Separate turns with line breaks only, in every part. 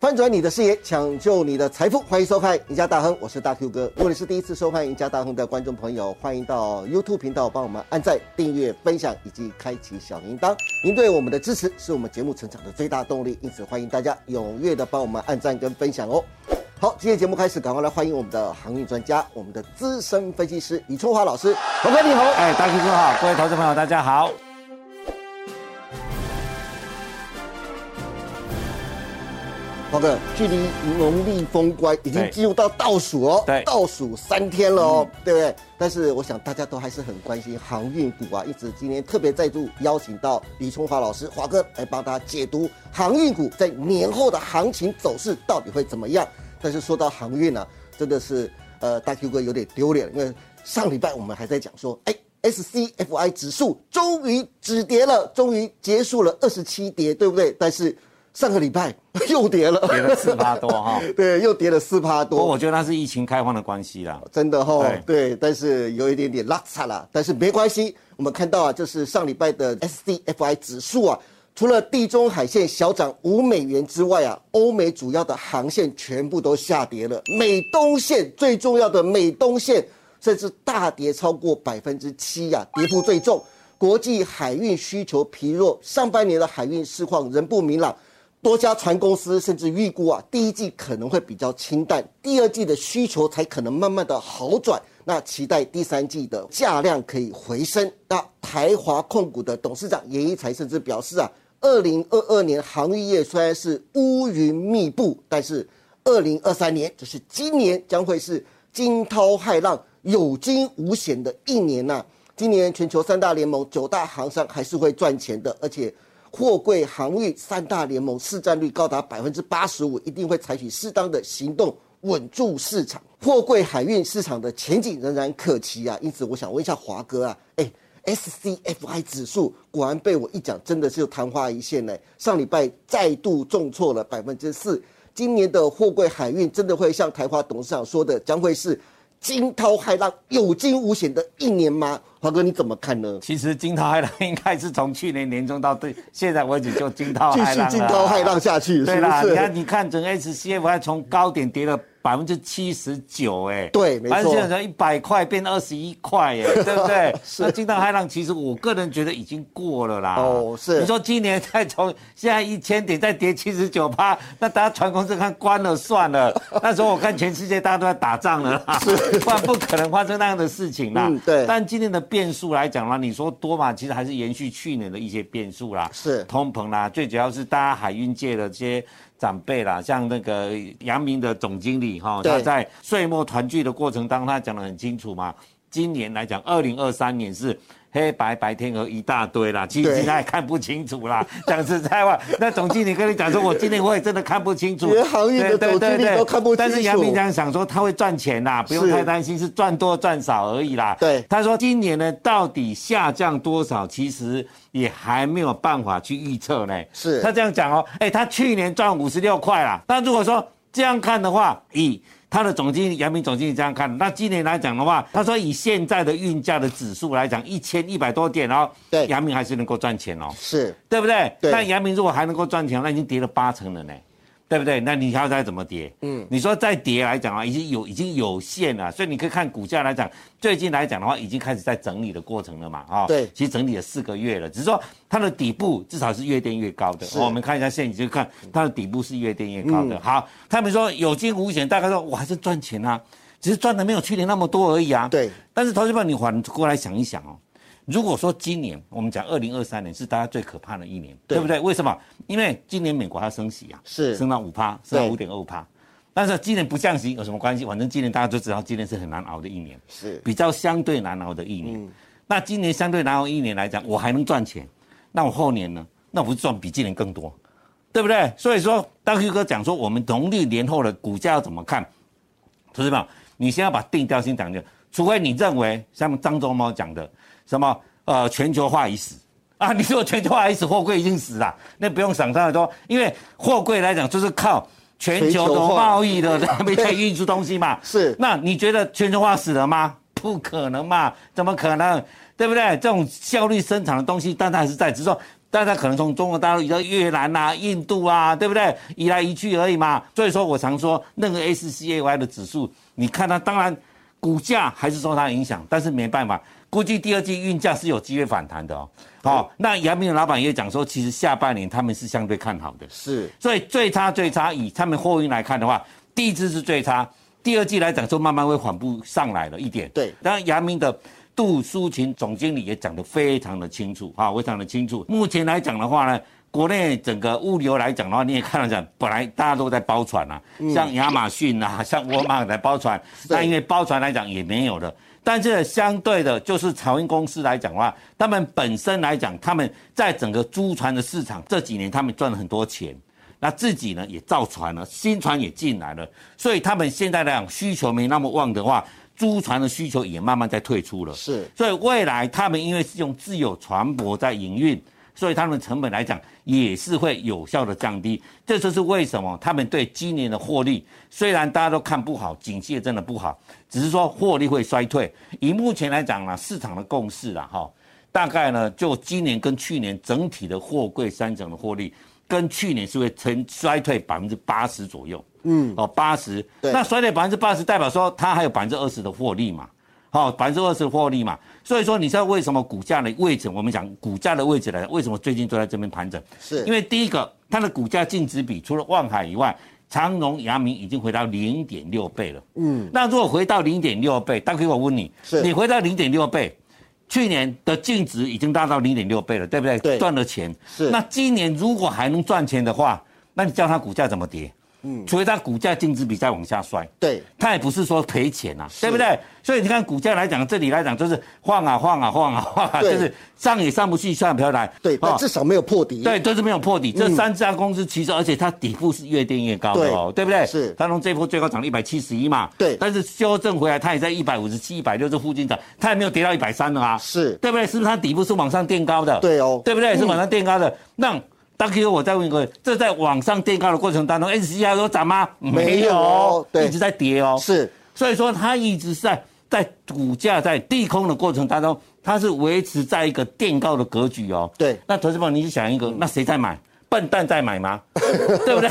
翻转你的视野，抢救你的财富，欢迎收看《赢家大亨》，我是大 Q 哥。如果你是第一次收看《赢家大亨》的观众朋友，欢迎到 YouTube 频道帮我们按赞、订阅、分享以及开启小铃铛。您对我们的支持是我们节目成长的最大动力，因此欢迎大家踊跃的帮我们按赞跟分享哦。好，今天节目开始，赶快来欢迎我们的航运专家，我们的资深分析师李春华老师。老哥你好，
哎，大 Q 哥好，各位投资朋友大家好。
老哥，距离农历封关已经
对
进入到倒数哦，
对嗯
倒数三天了哦，对不对？但是我想大家都还是很关心航运股啊，因此今天特别再度邀请到李春华老师华哥来帮大家解读航运股在年后的行情走势到底会怎么样。但是说到航运啊，真的是呃大 Q 哥有点丢脸，因为上礼拜我们还在讲说，哎。SCFI 指数终于止跌了，终于结束了二十七跌，对不对？但是上个礼拜又跌了，
跌了4%多哈
对，又跌了四趴
不 过
多，
我觉得那是疫情开放的关系啦。
真的哈、
对
对，但是有一点点拉差啦，但是没关系，我们看到啊，就是上礼拜的 S D F I 指数啊，除了地中海线小涨五美元之外啊，欧美主要的航线全部都下跌了，美东线最重要的美东线甚至大跌超过百分之七呀，跌幅最重。国际海运需求疲弱，上半年的海运市况仍不明朗。多家船公司甚至预估啊，第一季可能会比较清淡，第二季的需求才可能慢慢的好转。那期待第三季的价量可以回升。那台华控股的董事长严一才甚至表示啊，二零二二年航运业虽然是乌云密布，但是二零二三年就是今年将会是惊涛骇浪、有惊无险的一年呐、今年全球三大联盟九大航商还是会赚钱的，而且货柜航运三大联盟市占率高达百分之八十五，一定会采取适当的行动稳住市场。货柜海运市场的前景仍然可期啊！因此，我想问一下华哥啊，哎，SCFI 指数果然被我一讲，真的是昙花一现呢、上礼拜再度重挫了百分之四，今年的货柜海运真的会像台华董事长说的，将会是惊涛骇浪、有惊无险的一年吗？华哥，你怎么看呢？
其实惊涛骇浪应该是从去年年中到对现在为止就惊涛骇
继
浪
续
了
惊涛骇浪下去，
对
是不
啦，你
是？
看，你看整个 SCFI 从高点跌了百分之七十九，哎，
对没错
现在一百块哎变二十一 块，哎，对不对？
是
那金到骇浪，其实我个人觉得已经过了啦。
哦是
你说今年再从现在一千点再跌七十九趴，那大家船公司看关了算了。 那时候我看全世界大家都在打仗了啦，不然不可能发生那样的事情啦。
嗯对
但今年的变数来讲啦，你说多嘛，其实还是延续去年的一些变数啦。
是
通膨啦，最主要是大家海运界的这些长辈啦，像那个杨明的总经理哈，
对
他在岁末团聚的过程当中，他讲得很清楚嘛。今年来讲，二零二三年是黑白白天鹅一大堆啦，其
对
实他也看不清楚 啦。讲实在话，那总经理跟你讲说，我今年我也真的看不清楚，
连行业的
对对
总经理
对
都看不清楚
但是杨明这样想说，他会赚钱啦，不用
是
太担心，是赚多赚少而已啦。
对
他说今年呢，到底下降多少，其实也还没有办法去预测呢。
是
他这样讲哦，哎，他去年赚五十六块啦。那如果说这样看的话，以他的总经理杨明总经理这样看，那今年来讲的话，他说以现在的运价的指数来讲，一千一百多点哦，
对
杨明还是能够赚钱哦。
是
对不对？
对
但阳明如果还能够赚钱，那已经跌了八成了呢，对不对？那你还要再怎么跌？嗯，你说再跌来讲啊，已经有已经有限了，所以你可以看股价来讲，最近来讲的话，已经开始在整理的过程了嘛，啊、
对
其实整理了四个月了，只是说它的底部至少是越垫越高的。
是
哦我们看一下现你就看它的底部是越垫越高的。好，他们说有惊无险，大概说我还是赚钱啊，只是赚的没有去年那么多而已啊。
对
但是投资朋友，你反过来想一想哦，如果说今年我们讲二零二三年是大家最可怕的一年，
对
对不对？为什么？因为今年美国还要升息啊，
是
升到五趴，升到
对
五点二五趴。但是今年不降息有什么关系？反正今年大家都知道，今年是很难熬的一年，
是嗯
比较相对难熬的一年。那今年相对难熬一年来讲，我还能赚钱，那我后年呢？那我不是赚比今年更多，对不对？所以说，当 Q 哥讲说我们农历年后的股价要怎么看，同志们，你先要把定调先讲清楚，除非你认为像张忠谋讲的什么呃全球化已死啊，你说全球化已死，货柜已经死了，那不用想太多，因为货柜来讲就是靠全
全
球
球
的
化
贸易的那边在运输东西嘛。
是
那你觉得全球化死了吗？不可能嘛，怎么可能？对不对？这种效率生产的东西，但它还是在，只是说但它可能从中国大陆移到越南啊、印度啊，对不对？移来移去而已嘛。所以说我常说，那个 SCAY 的指数，你看它，当然股价还是受它影响，但是没办法，估计第二季运价是有机会反弹的哦。好、那杨明的老板也讲说，其实下半年他们是相对看好的。
是
所以最差最差，以他们货运来看的话，第一支是最差，第二季来讲就慢慢会缓步上来了一点。
对
当然杨明的杜淑琴总经理也讲得非常的清楚啊，非常的清楚。目前来讲的话呢。国内整个物流来讲的话，你也看到讲，本来大家都在包船啊，像亚马逊啊， 像沃尔玛在包船，那因为包船来讲也没有了。但是相对的，就是草运公司来讲的话，他们本身来讲，他们在整个租船的市场这几年，他们赚了很多钱。那自己呢也造船了，新船也进来了，所以他们现在来讲需求没那么旺的话，租船的需求也慢慢在退出了。
是
所以未来他们因为是用自有船舶在营运，所以他们成本来讲也是会有效的降低。这就是为什么他们对今年的获利，虽然大家都看不好，景气也真的不好，只是说获利会衰退。以目前来讲呢，市场的共识啦，哈，大概呢就今年跟去年整体的货柜三整的获利。跟去年是会呈衰退百分之八十左右，嗯，哦，八十，
对
那衰退百分之八十，代表说它还有百分之二十的获利嘛，好、百分之二十获利嘛，所以说你知道为什么股价的位置，我们讲股价的位置来讲，为什么最近都在这边盘整？
是
因为第一个，它的股价净值比除了望海以外，长荣、阳明已经回到零点六倍了。嗯，那如果回到零点六倍，大哥，我问你
是，
你回到零点六倍，去年的净值已经达到零点六倍了，对不对？
对
赚了钱。
是
那今年如果还能赚钱的话，那你叫它股价怎么跌？嗯，除非它股价净值比再往下摔。
对
它也不是说赔钱啊，对不对？所以你看股价来讲，这里来讲就是晃啊晃啊晃啊晃啊，就
对
是上也上不去，下也飘来。
对，但
哦
至少没有破底。嗯
对，就是没有破底。这三家公司其实，而且它底部是越垫越高的哦，对
对
不对？
是
它从这波最高涨了一百七十一嘛，
对
但是修正回来，它也在一百五十七、一百六这附近涨，它也没有跌到一百三了啊，
是
对不对？是不是它底部是往上垫高的？
对哦
对不对？是往上垫高的。那大 Q，我再问一个，这在往上垫高的过程当中，S C I 有涨吗？
没有
哦
对
一直在跌哦。
是
所以说它一直在在股价在利空的过程当中，它是维持在一个垫高的格局哦。
对
那投资朋友，你就想一个，那谁在买？笨蛋在买吗？ 对不对？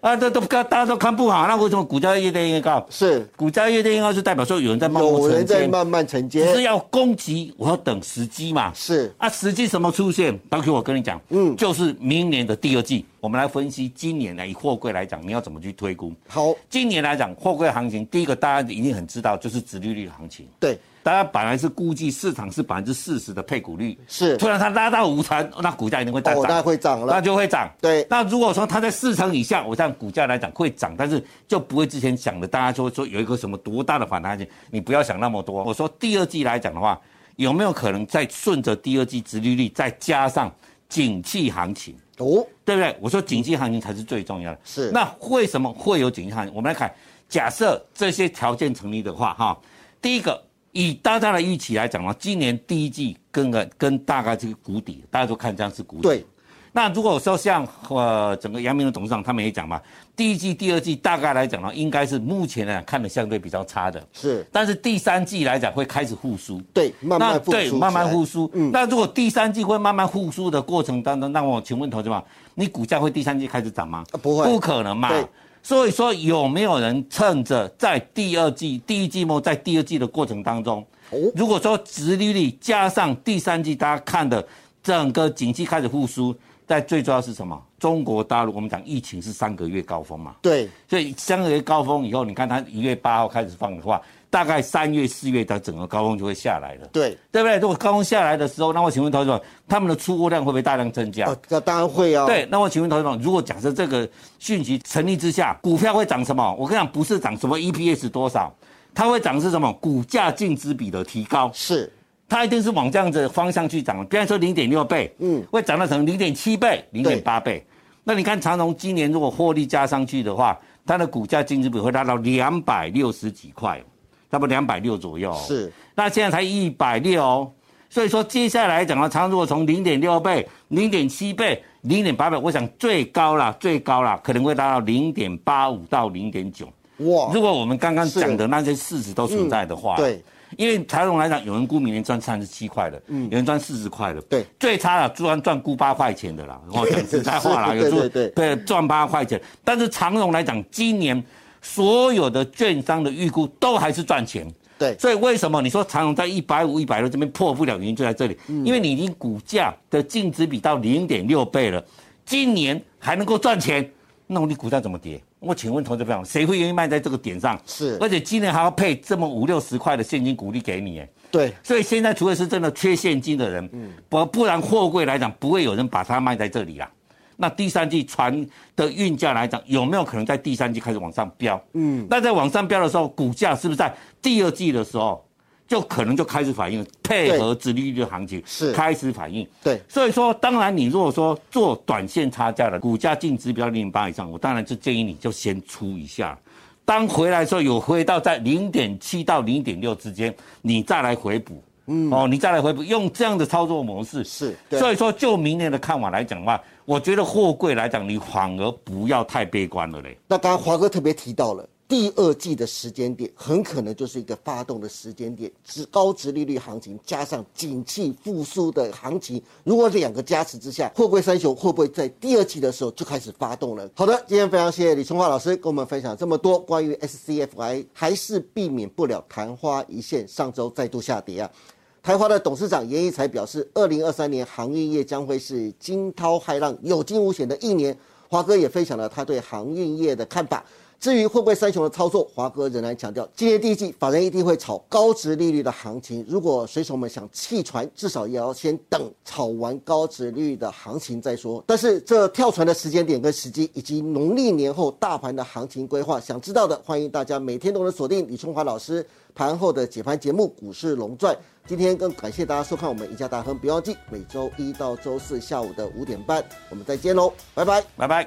啊，这都大家都看不好，那为什么股价越跌越高？
是，
股价越跌越高，就代表说有人在慢慢
有人在
承接
慢慢承
只是
接。
要攻击，我要等时机嘛。
是
啊，时机什么出现？当时我跟你讲，嗯，就是明年的第二季，我们来分析今年来以货柜来讲，你要怎么去推估？
好，
今年来讲，货柜行情，第一个大家一定很知道，就是殖利率行情。
对，
大家本来是估计市场是百分之四十的配股率，
是
突然它拉到五成，那股价一定会再
哦
涨，，
那会涨
那
了。
就会涨。
对
那如果说它在四成以下，我像股价来讲会涨，但是就不会之前想的，大家说说有一个什么多大的反弹性，你不要想那么多。我说第二季来讲的话，有没有可能再顺着第二季殖利率，再加上景气行情？
哦，
对不对？我说景气行情才是最重要的。
是
那为什么会有景气行情？我们来看，假设这些条件成立的话，哈，第一个，以大家的预期来讲的话，今年第一季跟个跟大概这个谷底，大家都看这样是谷底。
对，
那如果说像呃整个阳明的董事长他们也讲嘛，第一季、第二季大概来讲呢，应该是目前呢看的相对比较差的，
是
但是第三季来讲会开始复苏。
对，慢
那
慢复苏
对，
起来嗯
慢慢复苏。那如果第三季会慢慢复苏的过程当中，那我请问投资者，你股价会第三季开始涨吗
啊？不会
不可能嘛
对。
所以说，有没有人趁着在第二季、第一季末，在第二季的过程当中
哦，
如果说殖利率加上第三季大家看的整个景气开始复苏，但最重要是什么？中国大陆我们讲疫情是三个月高峰嘛，
对，
所以相对于高峰以后，你看它一月八号开始放的话，大概三月、四月的整个高峰就会下来了。
对，
对不对？如果高峰下来的时候，那我请问投资者，他们的出货量会不会大量增加？
啊，那当然会啊。
对，那我请问投资者，如果假设这个讯息成立之下，股票会涨什么？我跟你讲，不是涨什么 EPS 多少，它会涨是什么？股价净值比的提高，
是，
它一定是往这样子的方向去涨。比方说零点六倍，嗯，会涨到成零点七倍、零点八倍。那你看长荣今年如果获利加上去的话，它的股价净值比会拉到两百六十几块，差不多两百六左右哦。
是
那现在才一百六，所以说接下来讲啊，长如果从零点六倍、零点七倍、零点八倍，我想最高啦，最高啦，可能会达到零点八五到零点九。
哇
如，果我们刚刚
是
讲的那些事实都存在的话，
对，
因为台龙来讲，有人估明年赚三十七块的，嗯，有人赚四十块的，
对
最差的赚赚估八块钱的啦。我讲实在话啦，
是
有时候
对对
对赚八块钱，但是长荣来讲，今年所有的券商的预估都还是赚钱。
对
所以为什么你说长荣在一百五、一百六这边破不了，原因就在这里，
嗯
因为你已经股价的净值比到零点六倍了，今年还能够赚钱，那你股价怎么跌？我请问投资朋友，谁会愿意卖在这个点上？
是
而且今年还要配这么五六十块的现金股利给你，哎，
对，
所以现在除非是真的缺现金的人，不不然货柜来讲不会有人把它卖在这里啦。啊那第三季船的运价来讲，有没有可能在第三季开始往上飙？嗯，那在往上飙的时候，股价是不是在第二季的时候就可能就开始反应，配合殖利率的行情
是
开始反应？
对，
所以说，当然你如果说做短线差价的，股价净值比较零点八以上，我当然就建议你就先出一下。当回来的时候有回到在零点七到零点六之间，你再来回补。嗯，哦，你再来回补，用这样的操作模式
是对
所以说，就明年的看法来讲的话，我觉得货柜来讲，你反而不要太悲观了嘞。
那刚刚华哥特别提到了第二季的时间点，很可能就是一个发动的时间点，值高值利率行情加上景气复苏的行情，如果两个加持之下，货柜三雄会不会在第二季的时候就开始发动了？好的，今天非常谢谢李春华老师跟我们分享这么多关于 SCFI，还是避免不了昙花一现，上周再度下跌啊。台华的董事长严义才表示，二零二三年航运业将会是惊涛骇浪、有惊无险的一年。华哥也分享了他对航运业的看法。至于会不会三雄的操作，华哥仍然强调，今年第一季法人一定会炒高值利率的行情。如果水手们想弃船，至少也要先等炒完高值利率的行情再说。但是这跳船的时间点跟时机，以及农历年后大盘的行情规划，想知道的，欢迎大家每天都能锁定李春华老师盘后的解盘节目《股市龙传》。今天更感谢大家收看我们赢家大亨，不要忘记每周一到周四下午的五点半，我们再见喽，拜拜。
拜拜。